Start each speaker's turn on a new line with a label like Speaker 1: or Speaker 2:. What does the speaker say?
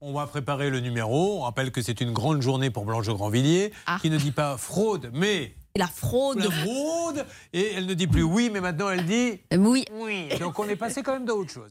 Speaker 1: On va préparer le numéro. On rappelle que c'est une grande journée pour Blanche Grandvilliers,
Speaker 2: Ah.
Speaker 1: qui ne dit pas fraude, mais
Speaker 2: La fraude.
Speaker 1: la fraude. Et elle ne dit plus oui, mais maintenant elle dit
Speaker 2: Oui,
Speaker 1: oui. Donc on est passé quand même à autre chose.